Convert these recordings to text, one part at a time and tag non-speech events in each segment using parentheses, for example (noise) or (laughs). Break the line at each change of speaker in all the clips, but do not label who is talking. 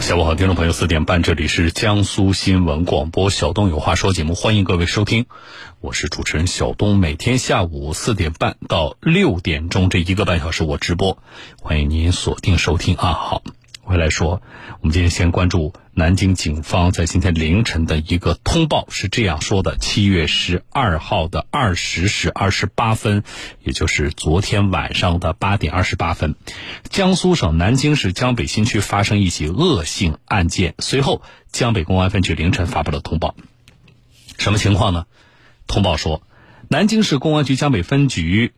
下午好，听众朋友，四点半，这里是江苏新闻广播《小东有话说》节目，欢迎各位收听，我是主持人小东。每天下午四点半到六点钟这一个半小时我直播，欢迎您锁定收听啊。好，回来说，我们今天先关注南京警方在今天凌晨的一个通报，是这样说的：七月十二号的二十时二十八分，也就是昨天晚上的八点二十八分，江苏省南京市江北新区发生一起恶性案件。随后，江北公安分局凌晨发布了通报，什么情况呢？通报说，南京市公安局江北分局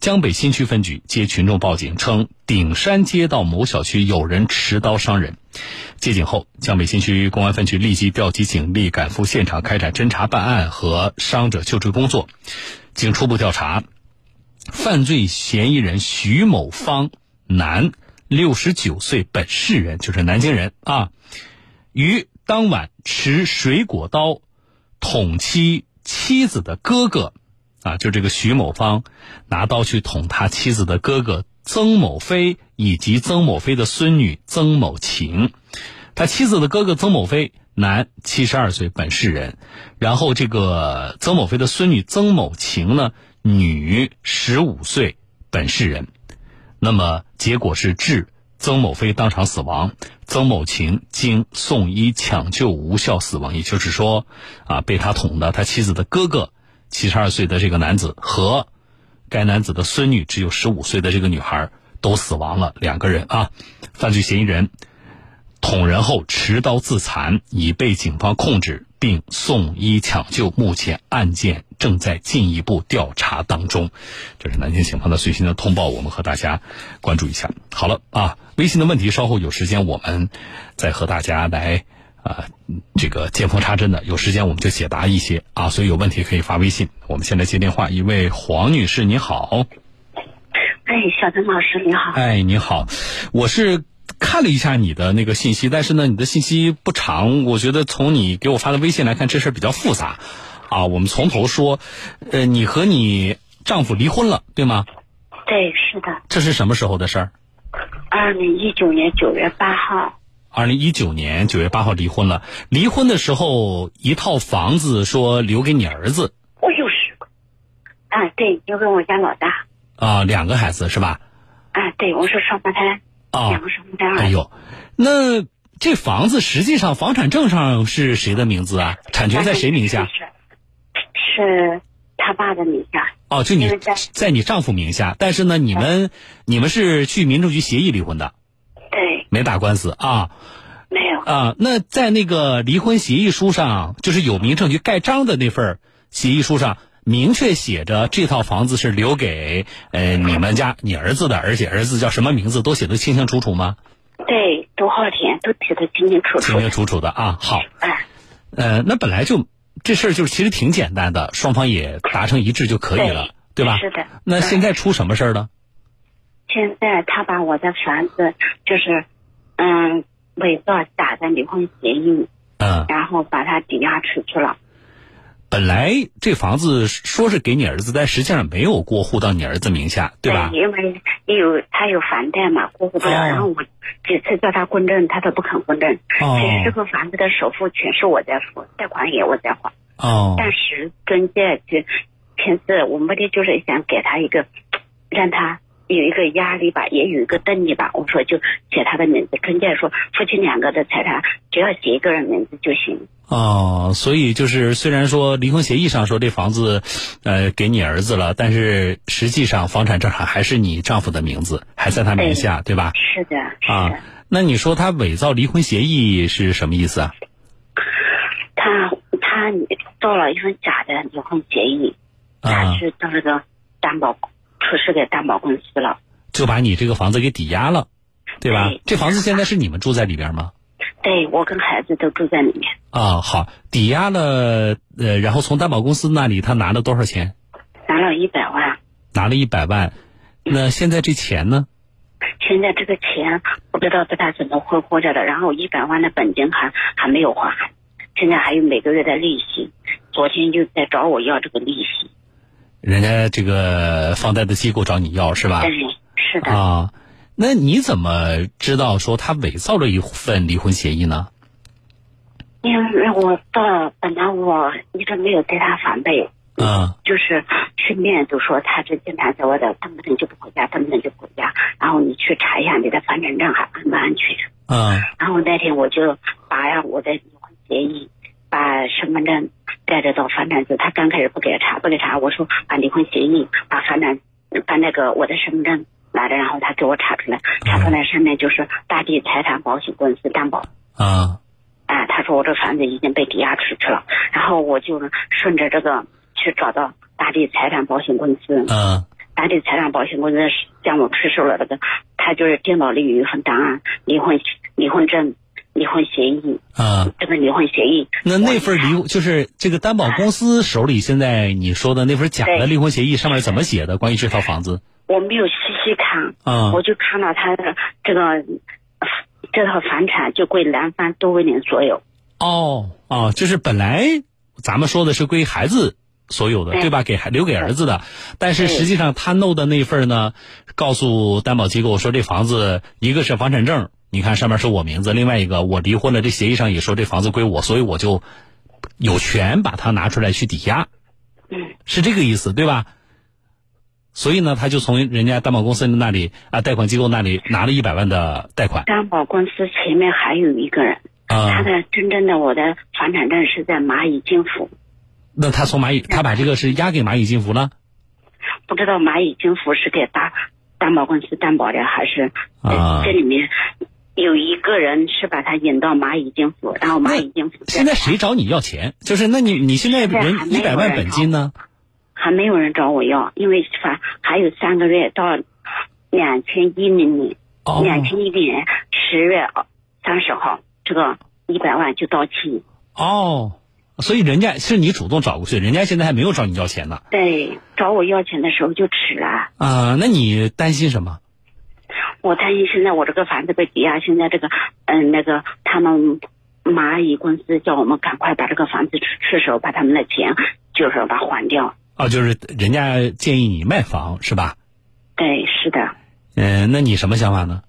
江北新区分局接群众报警称，顶山街道某小区有人持刀伤人。接警后，江北新区公安分局立即调集警力赶赴现场，开展侦查办案和伤者救治工作。经初步调查，犯罪嫌疑人徐某芳，男，六十九岁，本市人，就是南京人啊，于当晚持水果刀捅妻妻子的哥哥，啊，就这个徐某芳拿刀去捅他妻子的哥哥曾某飞以及曾某飞的孙女曾某琴，他妻子的哥哥曾某飞，男，七十二岁，本市人。然后这个曾某飞的孙女曾某琴呢，女，十五岁，本市人。那么结果是致曾某飞当场死亡，曾某琴经送医抢救无效死亡。也就是说，啊，被他捅的他妻子的哥哥，七十二岁的这个男子和该男子的孙女只有十五岁的这个女孩都死亡了，两个人啊，犯罪嫌疑人捅人后持刀自残，已被警方控制并送医抢救，目前案件正在进一步调查当中。这是南京警方的最新的通报，我们和大家关注一下。好了啊，微信的问题稍后有时间我们再和大家来。啊，这个见缝插针的，有时间我们就解答一些啊，所以有问题可以发微信。我们现在接电话，一位黄女士，你好，
哎，小陈老师你好。
哎，你好，我是看了一下你的那个信息，但是呢，你的信息不长，我觉得从你给我发的微信来看，这事儿比较复杂，啊，我们从头说，呃，你和你丈夫离婚了，对吗？
对，是的，
这是什么时候的事儿？
二零一九年九月八号，
二零一九年九月八号离婚了，离婚的时候一套房子说留给你儿子
我有事。啊，对，留给我家老大。
啊，两个孩子是吧？
啊，对，我是双胞胎，
啊，
两个双胞胎儿。
哎呦，那这房子实际上房产证上是谁的名字啊？产权在谁名下？
是？是他爸的名下。
哦，就你
因为在
在你丈夫名下，但是呢，你们你们是去民政局协议离婚的，
对，
没打官司啊
没有。
啊。那在那个离婚协议书上，就是有民政局盖章的那份儿协议书上，明确写着这套房子是留给呃你们家你儿子的，而且儿子叫什么名字都写的清清楚楚吗？
对，都好填，都写的清清楚楚
清。清楚楚的啊。好，
哎，
呃，那本来就这事儿就是其实挺简单的，双方也达成一致就可以了，对吧？
是的。
那现在出什么事儿了？
现在他把我的房子就是，嗯，伪造打的离婚协议，
嗯，
然后把他抵押出去了。
本来这房子说是给你儿子，但实际上没有过户到你儿子名下，对吧？
因为有他有房贷嘛，过户不了。
哦
然后我几次叫他公证，他都不肯公证。
哦
其实这个房子的首付全是我在付，贷款也我在还。
哦
但是中介就平时我目的就是想给他一个，让他有一个压力吧，也有一个动力吧。我说就写他的名字，中介说夫妻两个的财产只要写一个人名字就行。
哦，所以就是虽然说离婚协议上说这房子，呃，给你儿子了，但是实际上房产证上还是你丈夫的名字，还在他名下，对吧？
是的，是的。
啊，那你说他伪造离婚协议是什么意思啊？
他他做了一份假的离婚协议，
啊
他是到那个担保出示给担保公司了。
就把你这个房子给抵押了，对吧？
对
这房子现在是你们住在里边吗？
对我跟孩子都住在里面，
啊，好，抵押了，呃，然后从担保公司那里他拿了多少钱？
拿了一百万。
拿了一百万，那现在这钱呢？
现在这个钱不知道被他怎么挥霍掉的，然后一百万的本金还还没有还，现在还有每个月的利息。昨天就在找我要这个利息。
人家这个放贷的机构找你要是吧？
对，是的，
啊，那你怎么知道说他伪造了一份离婚协议呢？
因为我到本来我一直没有对他防备，
嗯
就是身边人都说他这经常在外头动不动就不回家，动不动就不回家。然后你去查一下你的房产证还安不安全。
嗯
然后那天我就把我的离婚协议、把身份证带着到房产局，他刚开始不给查，不给查，我说啊把离婚协议、把房产、把那个我的身份证拿着，然后他给我查出来，查出来上面就是大地财产保险公司担保。
嗯
啊，他说我这房子已经被抵押出去了，然后我就顺着这个去找到大地财产保险公司，
嗯
大地财产保险公司向我出售了这个，他就是电脑里有一份档案，离婚离婚证、离婚协议，
嗯。
这个离婚协议，
那那份离婚就是这个担保公司手里现在你说的那份假的
对
离婚协议上面怎么写的？关于这套房子
我没有细细看，
啊
我就看到他的这个这套房产就归男方多为人所有，
哦哦，就是本来咱们说的是归孩子所有的，
对
对吧？给孩留给儿子的，但是
对
实际上他弄的那份呢，告诉担保机构说这房子一个是房产证，你看上面是我名字，另外一个我离婚了，这协议上也说这房子归我，所以我就有权把它拿出来去抵押，
嗯，
是这个意思，对吧？所以呢，他就从人家担保公司那里啊，贷款机构那里拿了一百万的贷款
担保公司前面还有一个人，
啊、
他的真正的我的房产证是在蚂蚁金服。
那他从蚂蚁，他把这个是押给蚂蚁金服了。
不知道蚂蚁金服是给担担保公司担保的，还是、
啊
呃这里面有一个人是把他引到蚂蚁金服，然后蚂蚁金服
现在谁找你要钱？就是那你你现在人一
现
百
在还没有
万
人
本金呢？
还没有人找我要，因为反还有三个月到两千一零年，
哦
两千一零年十月三十号，这个一百万就到期。
哦，所以人家是你主动找过去，人家现在还没有找你要钱呢。
对，找我要钱的时候就迟了。
啊、那你担心什么？
我担心现在我这个房子被抵押，现在这个嗯、那个他们蚂蚁公司叫我们赶快把这个房子出出手，把他们的钱就是把它还掉。
哦，就是人家建议你卖房是吧？
对，是的，
嗯、那你什么想法呢？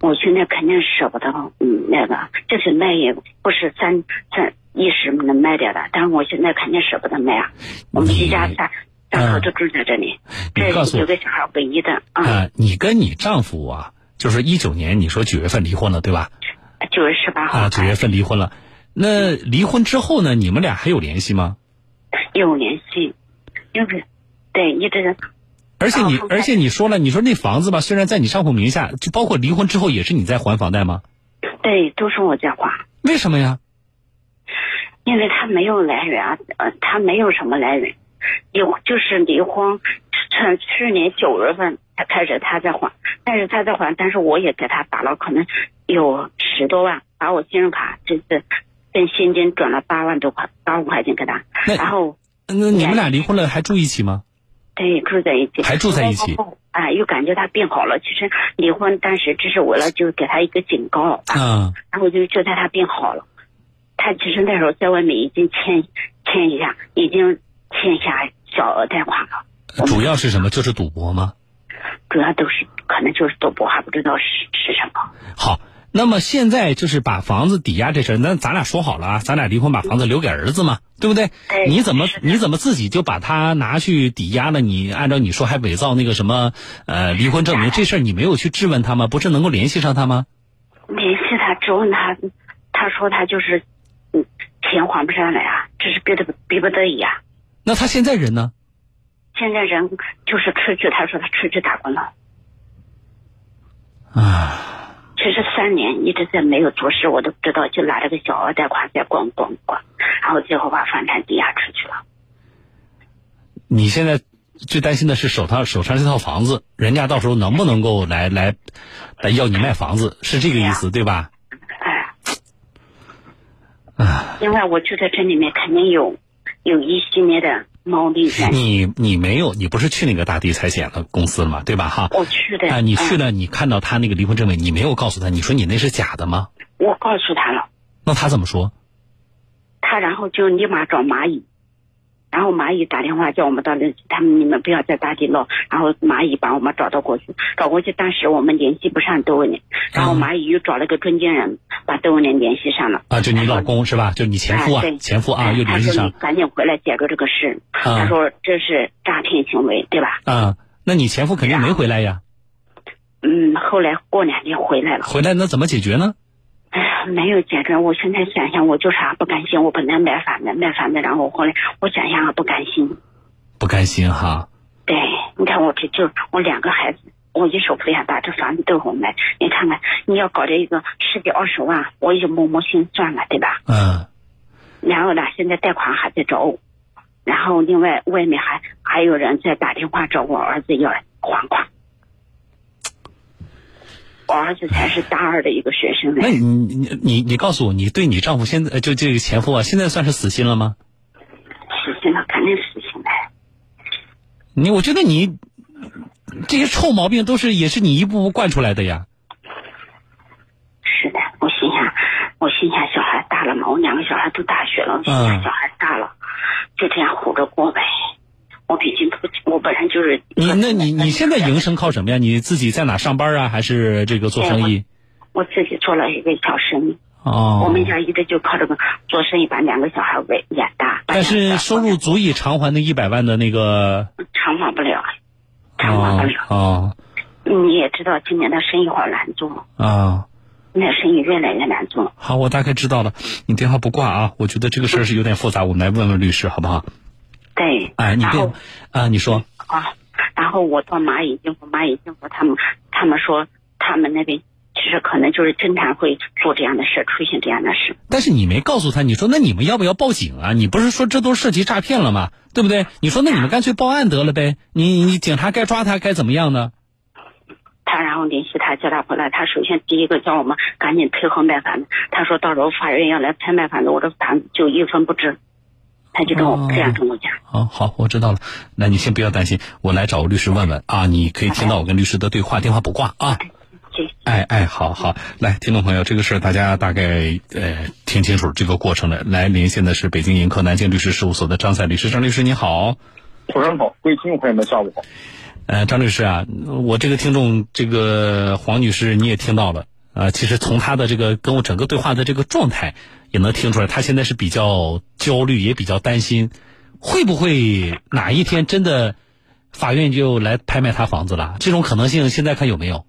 我现在肯定舍不得，嗯，那个就是卖也不是三三一时能卖掉的，但是我现在肯定舍不得卖啊。我们一家
你嗯
三三口都住在这里，
你
这
告诉我
有个小孩唯一的
啊、
啊，
你跟你丈夫啊，就是一九年你说九月份离婚了对吧？
九月十八号
啊，九月份离婚了。那离婚之后呢？你们俩还有联系吗？
有联系，因为对一直
而且你，
哦
而且你说了，你说那房子吧，虽然在你丈夫名下，就包括离婚之后也是你在还房贷吗？
对都是我在还。
为什么呀？
因为他没有来源啊，呃，他没有什么来源，有就是离婚，从去年九月份他开始他在还，但是他在还，但是我也给他打了可能有十多万，把我信用卡这次跟现金转了八万多块，八万块钱给他，
那
然后
那
嗯
你们俩离婚了还住一起吗？
对住在一起，
还住在一起
然后。啊、又感觉他变好了。其实离婚当时只是为了就给他一个警告，
啊，
然后我就觉得他病好了。他其实那时候在外面已经欠欠一下，已经欠下小额贷款了，
主要是什么？就是赌博吗？
主要都是可能就是赌博，还不知道是是什么。
好，那么现在就是把房子抵押这事儿，那咱俩说好了啊，咱俩离婚把房子留给儿子嘛，对不对？
对
你怎么
哎是的
你怎么自己就把它拿去抵押了？你按照你说还伪造那个什么呃离婚证明，这事儿你没有去质问他吗？不是能够联系上他吗？
联系他质问他，他说他就是嗯钱还不上来啊，这是逼得逼不得已啊。
那他现在人呢？
现在人就是出去，他说他出去打工了，
啊。
其实三年一直在没有做事，我都不知道，就拿这个小额贷款在逛逛逛，然后最后把房产抵押出去了。
你现在最担心的是手上手上这套房子，人家到时候能不能够来来来要你卖房子，是这个意思对吧？
哎，另外，我觉得这里面肯定有有一系列的猫腻在。
你你没有，你不是去那个大地财险的公司了吗？对吧？哈。
我去的，
啊，你去
嗯
了，你看到他那个离婚证明，你没有告诉他，你说你那是假的吗？
我告诉他了，
那他怎么说？
他然后就立马找蚂蚁，然后蚂蚁打电话叫我们到那，他们你们不要在大地闹。然后蚂蚁把我们找到过去，找过去，当时我们联系不上窦文
啊
莲，然后蚂蚁又找了个中间人，把窦文莲联系上了。
啊，就你老公是吧？就你前夫啊
哎对，
前夫啊，又
他
联系
说你嗯
上
赶紧回来解决这个事。他
啊
说这是诈骗行为，对吧？
啊，那你前夫肯定没回来呀，
嗯，后来过两天回来了。
回来那怎么解决呢？
哎呀，没有解决。我现在想想，我就是还不甘心。我本来买房的，买房的，然后后来我想想啊还不甘心。
不甘心哈，
对，你看我这就我两个孩子，我一手抚养大，这房子都是我买。你看看，你要搞这一个十几二十万，我也摸摸心算了，对吧？
嗯
然后呢，现在贷款还在找我，然后另外外面还还有人在打电话找我儿子要还款。我儿子才是大二的一个学生呢
那。你你你你告诉我，你对你丈夫现在呃就这个前夫啊，现在算是死心了吗？
死心了，肯定死心了。
你我觉得你这些臭毛病都是也是你一步步惯出来的呀。
是的，我心想，我心想，小孩大了嘛，我两个小孩都大学了，我心想
嗯
小孩大了，就这样唬着过呗。我毕竟不，我本身就是
你那你你现在营生靠什么呀？你自己在哪上班啊？还是这个做生意？
我自己做了一个小生意，
哦，
我们家一直就靠这个做生意把两个小孩喂养大。把
但
两
是
个小
收
孩
入足以偿还那一百万的那个
偿还不了，啊偿还不
哦
了。
哦
你也知道今年的生意好难做，
哦，
那生意越来越难做。
好，我大概知道了。你电话不挂啊？我觉得这个事儿是有点复杂，我们来问问律师好不好？
对，
哎，你
然
别
后
啊，你说
啊，然后我到蚂蚁金服，蚂蚁金服他们他们说他们那边其实可能就是经常会做这样的事，出现这样的事。
但是你没告诉他，你说那你们要不要报警啊？你不是说这都涉及诈骗了吗？对不对？你说那你们干脆报案得了呗？你你警察该抓他该怎么样呢？
他然后联系他叫他回来，他首先第一个叫我们赶紧退货卖房子，他说到时候法院要来拍卖房子，我这房子就一分不值。他就跟我
哦
这样跟我讲，
好好，我知道了。那你先不要担心，我来找我律师问问啊。你可以听到我跟律师的对话，电话不挂啊。
这
哎哎，好好，来，听众朋友，这个事儿大家大概呃听清楚这个过程了。来连线的是北京盈科南京律师事务所的张赛律师，张律师你好。
主持人好，各位听众朋友们，下午好。
呃，张律师啊，我这个听众这个黄女士你也听到了啊、其实从她的这个跟我整个对话的这个状态，也能听出来，她现在是比较焦虑，也比较担心，会不会哪一天真的法院就来拍卖她房子了？这种可能性现在看有没有？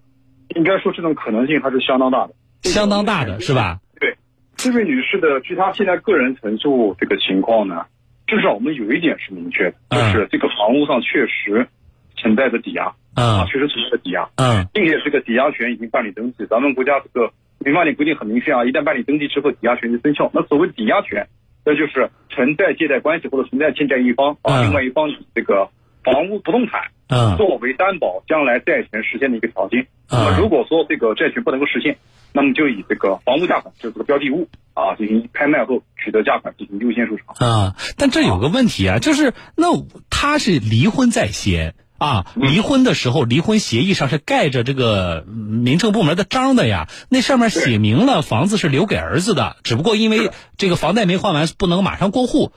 应该说，这种可能性还是相当大的。
相当大的是吧？
对，这位女士的，据她现在个人陈述这个情况呢，至少我们有一点是明确的，就
嗯
是这个房屋上确实存在着抵押，啊，
嗯
确实存在着抵押，
嗯
并且这个抵押权已经办理登记。咱们国家这个民法典规定很明确啊，一旦办理登记之后，抵押权就生效。那所谓抵押权，那就是存在借贷关系或者存在欠债一方啊，
嗯
另外一方以这个房屋不动产
嗯
作为担保将来债权实现的一个条件。那
啊
么如果说这个债权不能够实现，那么就以这个房屋价款，就是这个标的物啊，进行拍卖后取得价款进行优先收场。
啊，但这有个问题啊，就是那他是离婚在先啊，离婚的时候离婚协议上是盖着这个嗯民政部门的章的呀，那上面写明了房子是留给儿子的，只不过因为这个房贷没还完，不能马上过户。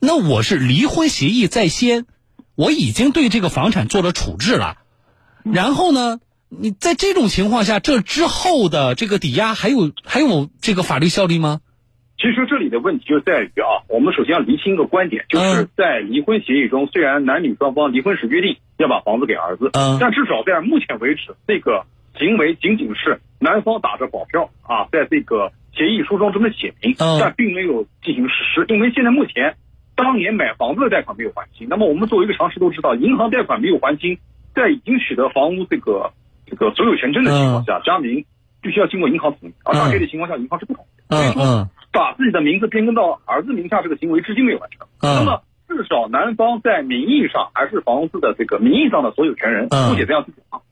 那我是离婚协议在先，我已经对这个房产做了处置了，然后呢？你在这种情况下，这之后的这个抵押还有还有这个法律效力吗？
其实这里的问题就在于啊，我们首先要厘清一个观点，就是
嗯
在离婚协议中，虽然男女双方离婚时约定要把房子给儿子，
嗯
但至少在目前为止，这个行为仅仅是男方打着保票啊，在这个协议书中这么写明，
嗯
但并没有进行实施，因为现在目前当年买房子的贷款没有还清，那么我们作为一个常识都知道，银行贷款没有还清，在已经取得房屋这个这个所有权证的情况下，
嗯
家名必须要经过银行同意，而大概率情况下银行是不同意的。
嗯嗯
把自己的名字变更到儿子名下这个行为至今没有完成。那
嗯
么至少男方在名义上还是房子的这个名义上的所有权人，
嗯
姑且这样去讲。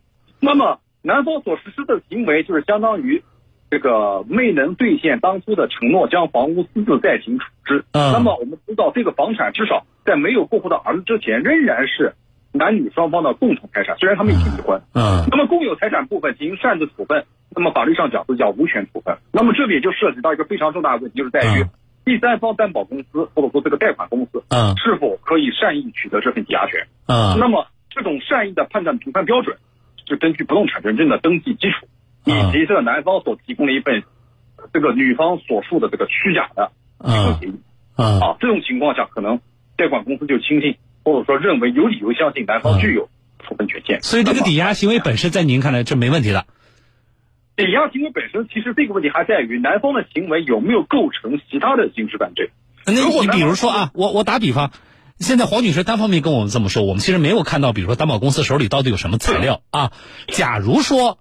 那么男方所实施的行为就是相当于这个未能兑现当初的承诺，将房屋私自代行处置。
嗯
那么我们知道，这个房产至少在没有过户到儿子之前，仍然是男女双方的共同财产，虽然他们已经离婚。
嗯。
那么共有财产部分进行擅自处分，那么法律上讲就叫无权处分。那么这里就涉及到一个非常重大的问题，就是在于
嗯
第三方担保公司或者说这个贷款公司
嗯
是否可以善意取得这份抵押权。
嗯
那么这种善意的判断评判标准，是根据不动产权证的登记基础，以
啊
及这个男方所提供的一份呃这个女方所述的这个虚假的提供
嗯
协议
嗯
啊。这种情况下，可能贷款公司就轻信或者说认为有理由相信男方具有处分权限。
嗯所以这个
那么
抵押行为本身在您看来这没问题的。
抵押行为本身，其实这个问题还在于男方的行为有没有构成其他的刑事犯罪。
那
如果
你
担
比
保
如说啊，我我打比方，现在黄女士单方面跟我们这么说，我们其实没有看到，比如说担保公司手里到底有什么材料啊。假如说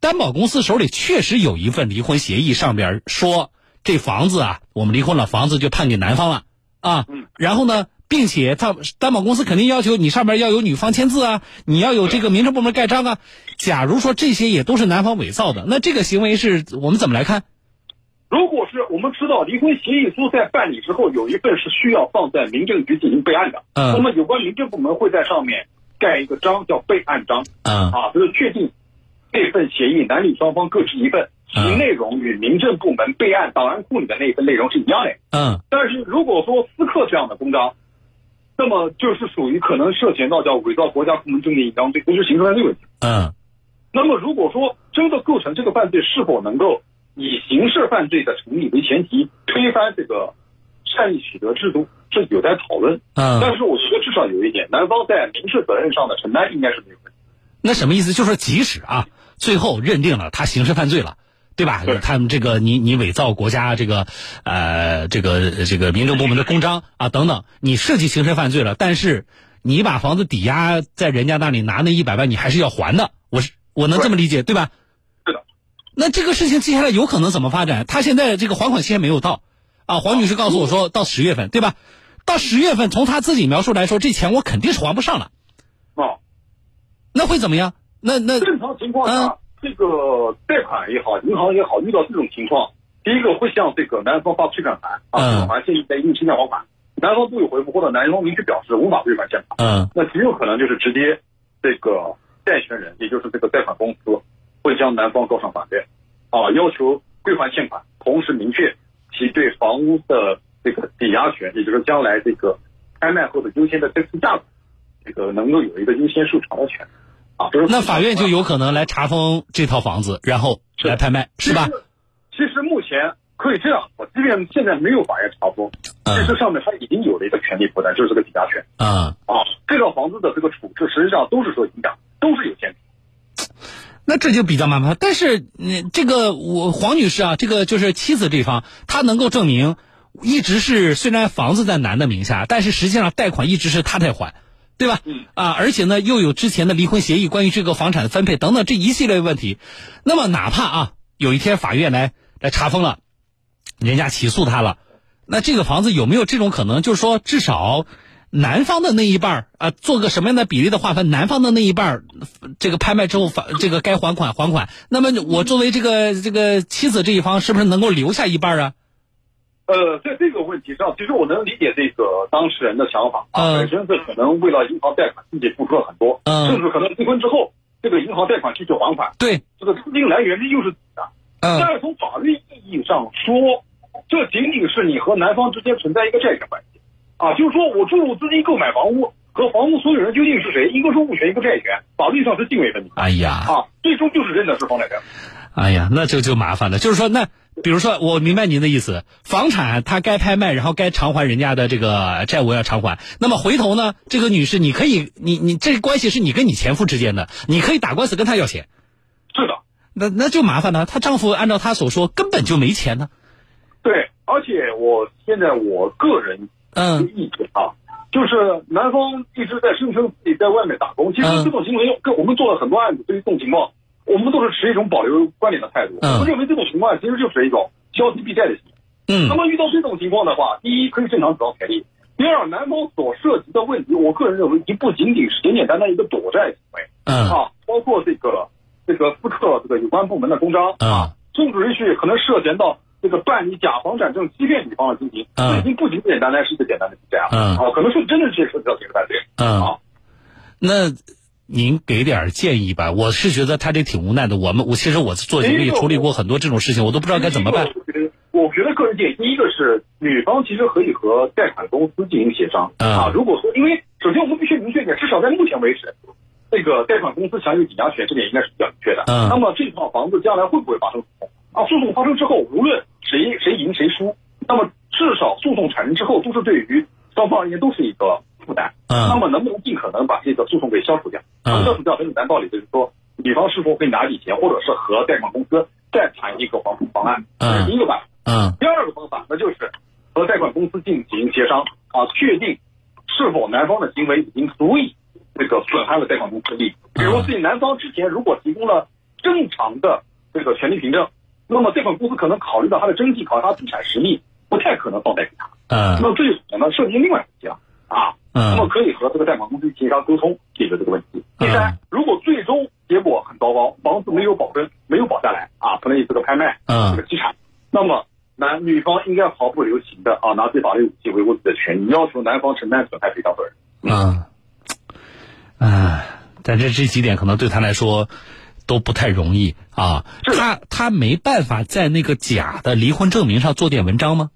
担保公司手里确实有一份离婚协议，上边说这房子啊，我们离婚了，房子就判给男方了啊
嗯。
然后呢，并且他担保公司肯定要求你上边要有女方签字啊，你要有这个民政部门盖章啊。假如说这些也都是男方伪造的，那这个行为是我们怎么来看？
如果是我们知道离婚协议书在办理之后有一份是需要放在民政局进行备案的，
嗯
那么有关民政部门会在上面盖一个章叫备案章
啊
啊，就是确定这份协议男女双方各持一份，其
嗯
内容与民政部门备案档案库里的那一份内容是一样的。
嗯
但是如果说私刻这样的公章，那么就是属于可能涉嫌到叫伪造国家部门证件一章罪，这就是刑事犯罪问题。
嗯
那么如果说真的构成这个犯罪，是否能够以刑事犯罪的成立为前提推翻这个善意取得制度，是有待讨论。
嗯，
但是我觉得至少有一点，男方在民事责任上的承担应该是没有问题。
那什么意思？就是说，即使啊，最后认定了他刑事犯罪了。对吧
对？
他们这个你你伪造国家这个，呃，这个这个民政部门的公章啊等等，你涉及刑事犯罪了，但是你把房子抵押在人家那里拿那一百万，你还是要还的。我是我能这么理解对吧？
是的。
那这个事情接下来有可能怎么发展？他现在这个还款期限没有到，啊，黄女士告诉我说到十月份，对吧？到十月份，从她自己描述来说，这钱我肯定是还不上了。
啊，
那会怎么样？那那
正常情况
嗯
下，这个贷款也好，银行也好，遇到这种情况，第一个会向这个男方发催款函
嗯
啊，催款函建议在一定期内还款，男方不予回复或者男方明确表示无法退还现款。
嗯
那极有可能就是直接这个债权人，也就是这个贷款公司，会将男方告上法院，啊，要求归还现款，同时明确其对房屋的这个抵押权，也就是将来这个开卖后的优先的增值价格，这个能够有一个优先受偿的权利，啊，这是
那法院就有可能来查封这套房子，然后
是
来拍卖，是吧？？
其实其实目前可以这样说，即便现在没有法院查封，其
嗯
实上面它已经有了一个权利负担，就是这个抵押权
嗯，
啊，这套房子的这个处置实际上都是受影响，都是有限制。
那这就比较麻烦。但是，嗯，这个我黄女士啊，这个就是妻子这方，她能够证明一直是虽然房子在男的名下，但是实际上贷款一直是她在还，对吧？
嗯
啊，而且呢，又有之前的离婚协议关于这个房产分配等等这一系列问题。那么，哪怕啊有一天法院来来查封了，人家起诉他了，那这个房子有没有这种可能？就是说，至少男方的那一半儿啊，做个什么样的比例的划分？男方的那一半儿，呃这个拍卖之后返这个该还款还款。那么我作为这个这个妻子这一方，是不是能够留下一半儿啊？
呃，在这个问题上，其实我能理解这个当事人的想法啊，
嗯
本身这可能为了银行贷款自己付出了很多，
嗯
甚至可能离婚之后，这个银行贷款继续还款，
对，
这个资金来源又是自己的。
嗯
但是从法律意义上说，这仅仅是你和男方之间存在一个债权关系啊，就是说我注入资金购买房屋和房屋所有人究竟是谁，一个是物权，一个债权，法律上是泾渭分明
哎呀，
啊，最终就是认的是房产权。
哎呀，那就就麻烦了。就是说，那比如说，我明白您的意思，房产它该拍卖，然后该偿还人家的这个债务要偿还。那么回头呢，这个女士，你可以，你你这个关系是你跟你前夫之间的，你可以打官司跟他要钱。
是的，
那那就麻烦了，她丈夫按照她所说根本就没钱呢。
对，而且我现在我个人
嗯
意见啊，就是男方一直在声称自己在外面打工，其实
嗯
这种行为跟我们做了很多案子，对于这种情况，我们都是持一种保留观点的态度。
嗯
我们认为这种情况其实就是一种消极避债的行为。
嗯
那么遇到这种情况的话，第一可以正常主张权利，第二男方所涉及的问题，我个人认为已经不仅仅是简简单单一个躲债行为
嗯
啊，包括这个这个复刻这个有关部门的公章，
嗯
甚至于可能涉嫌到这个办理假房产证欺骗女方的进行，
嗯
这已经不仅简单单是一个简单的这样，
嗯
啊，可能是真的是涉及到刑事犯罪，
嗯，
啊，
那您给点建议吧。我是觉得她这挺无奈的。我们我其实我做节目也处理过很多这种事情，我都不知道该怎么办。
我我觉得个人建议，第一个是女方其实可以和贷款公司进行协商
嗯
啊。如果说，因为首先我们必须明确一点，至少在目前为止，那个贷款公司享有抵押权，这点应该是比较明确的。
嗯
那么这套房子将来会不会发生诉讼？啊，诉讼发生之后，无论谁谁赢谁输，那么至少诉讼产生之后，都是对于双方而言都是一个负担。
嗯
那么能不能尽可能把这个诉讼给消除掉？
嗯
消除掉很简单道理，就是说，女方是否可以拿底钱，或者是和贷款公司再谈一个方方案。
嗯
第一个办法。
嗯
第二个方法，那就是和贷款公司进行协商啊，确定是否男方的行为已经足以这个损害了贷款公司
嗯
利益。比如，对男方之前如果提供了正常的这个权利凭证，那么贷款公司可能考虑到他的征信，考虑他资产实力，不太可能放贷给他。那
嗯
么这就可能涉及另外一个问题了啊。那么
嗯
可以和这个贷款公司协商沟通，解决这个问题。第
嗯
三，如果最终结果很糟糕，房子没有保证，没有保下来啊，可能也是个拍卖，这个
嗯
资产，那么男女方应该毫不留情的啊，拿起法律武器维护自己的权益，要求男方承担损害赔偿责任。
嗯，唉，但是这几点可能对他来说都不太容易啊。
是
他他没办法在那个假的离婚证明上做点文章吗？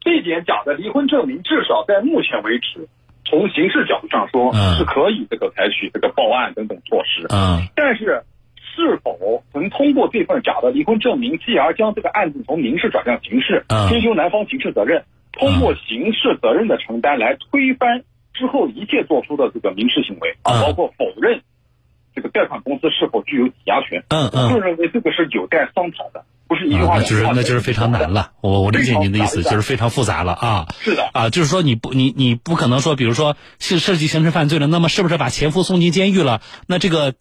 这一点假的离婚证明，至少在目前为止，从刑事角度上说
嗯
是可以这个采取这个报案等等措施，
嗯
但是。是否能通过这份假的离婚证明，继而将这个案子从民事转向刑事
嗯，
追究男方刑事责任？通过刑事责任的承担来推翻之后一切做出的这个民事行为
嗯
啊，包括否认这个贷款公司是否具有抵押权，
嗯
就
嗯，
认为这个是有待商讨的，不
(laughs)
是一句话
啊那
两
就
句
是
话
那就是非常难。了。我我理解您的意思，
非常复杂
就是非常复杂了啊。
是的，
啊，就是说你不你你不可能说，比如说是涉及刑事犯罪了，那么是不是把前夫送进监狱了？那这个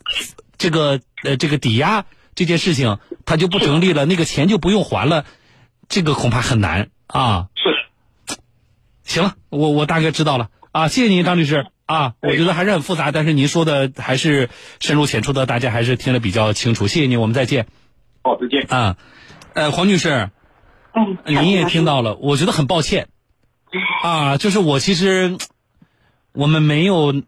这个呃这个抵押这件事情他就不成立了，那个钱就不用还了，这个恐怕很难啊。
是的。
行了，我我大概知道了啊，谢谢您，张律师啊，我觉得还是很复杂，但是您说的还是深入浅出的，大家还是听得比较清楚。谢谢您，我们再见
好，再见。
啊。呃，黄女士，
嗯，
您也听到了，我觉得很抱歉，啊，就是我其实我们没有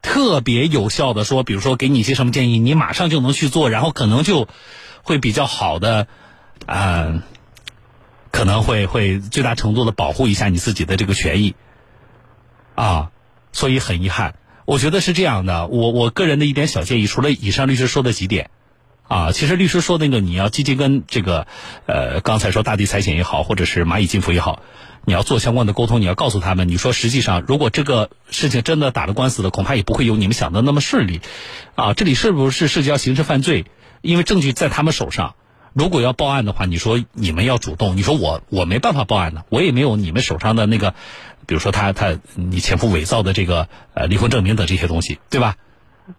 特别有效的说，比如说给你一些什么建议，你马上就能去做，然后可能就会比较好的，呃，可能会会最大程度的保护一下你自己的这个权益，啊，所以很遗憾，我觉得是这样的，我我个人的一点小建议，除了以上律师说的几点，啊，其实律师说那个你要积极跟这个，呃，刚才说大地财险也好，或者是蚂蚁金服也好，你要做相关的沟通，你要告诉他们，你说实际上如果这个事情真的打了官司了，恐怕也不会有你们想的那么顺利，啊，这里是不是涉及到刑事犯罪？因为证据在他们手上，如果要报案的话，你说你们要主动，你说我我没办法报案的，我也没有你们手上的那个，比如说他他你前夫伪造的这个呃离婚证明等这些东西，对吧？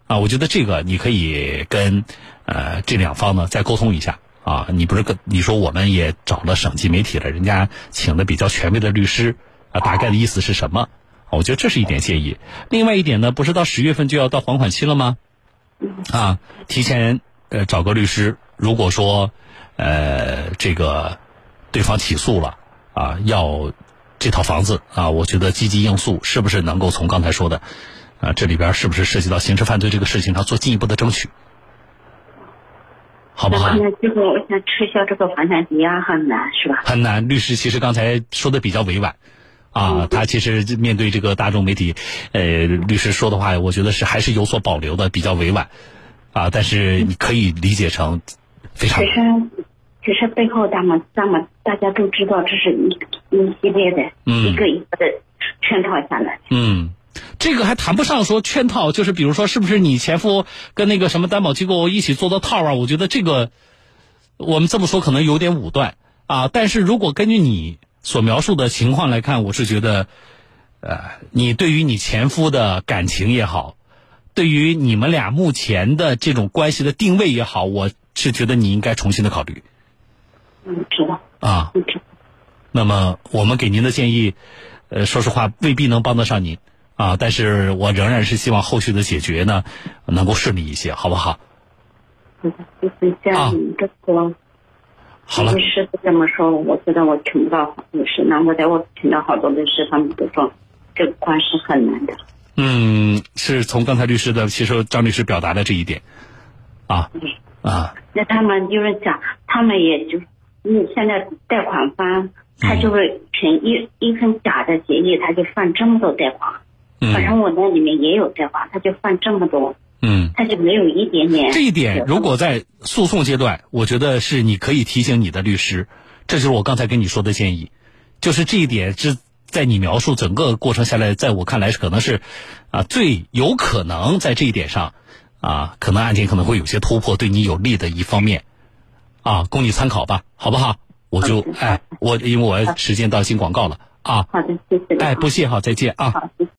啊，我觉得这个你可以跟呃这两方呢再沟通一下啊。你不是跟你说我们也找了省级媒体了，人家请的比较权威的律师啊，大概的意思是什么？啊我觉得这是一点建议。另外一点呢，不是到十月份就要到还款期了吗？啊，提前呃找个律师，如果说呃这个对方起诉了啊，要这套房子啊，我觉得积极应诉是不是能够从刚才说的啊这里边是不是涉及到刑事犯罪这个事情上做进一步的争取，好不好啊
那？现在最后我想撤销这个房产抵押很难啊是吧？
很难。律师其实刚才说的比较委婉，啊，他其实面对这个大众媒体，呃，律师说的话，我觉得是还是有所保留的，比较委婉，啊，但是你可以理解成非常
其实，其实背后咱们咱们大家都知道，这是一一系列的，
嗯
一个一个的圈套下来。
嗯。这个还谈不上说圈套，就是比如说，是不是你前夫跟那个什么担保机构一起做的套啊？我觉得这个，我们这么说可能有点武断啊。但是如果根据你所描述的情况来看，我是觉得，呃，你对于你前夫的感情也好，对于你们俩目前的这种关系的定位也好，我是觉得你应该重新的考虑
嗯，知道，
啊。
嗯，知道。
那么我们给您的建议，呃，说实话未必能帮得上您啊，但是我仍然是希望后续的解决呢能够顺利一些，好不好？
嗯就是
啊
像你这个
好了
律，师这么说，我觉得我请不到律师，那我在我请到好多律师，他们都说这个官司很难的。
嗯，是从刚才律师的，其实张律师表达的这一点，啊啊，
那他们就是讲，他们也就你现在贷款方他就是凭一一份假的协议，他就犯这么多贷款。反
嗯
正我那里面也有贷款，他就犯这么多，
嗯，
他就没有一点点。
这一点如果在诉讼阶段，我觉得是你可以提醒你的律师，这就是我刚才跟你说的建议，就是这一点是在你描述整个过程下来，在我看来是可能是啊最有可能在这一点上啊，可能案件可能会有些突破，对你有利的一方面啊，供你参考吧，好不好？我就
好的
哎，我因为我时间到进广告了啊，
好的，谢谢你啊。
哎，不谢哈，再见啊。
好，谢谢。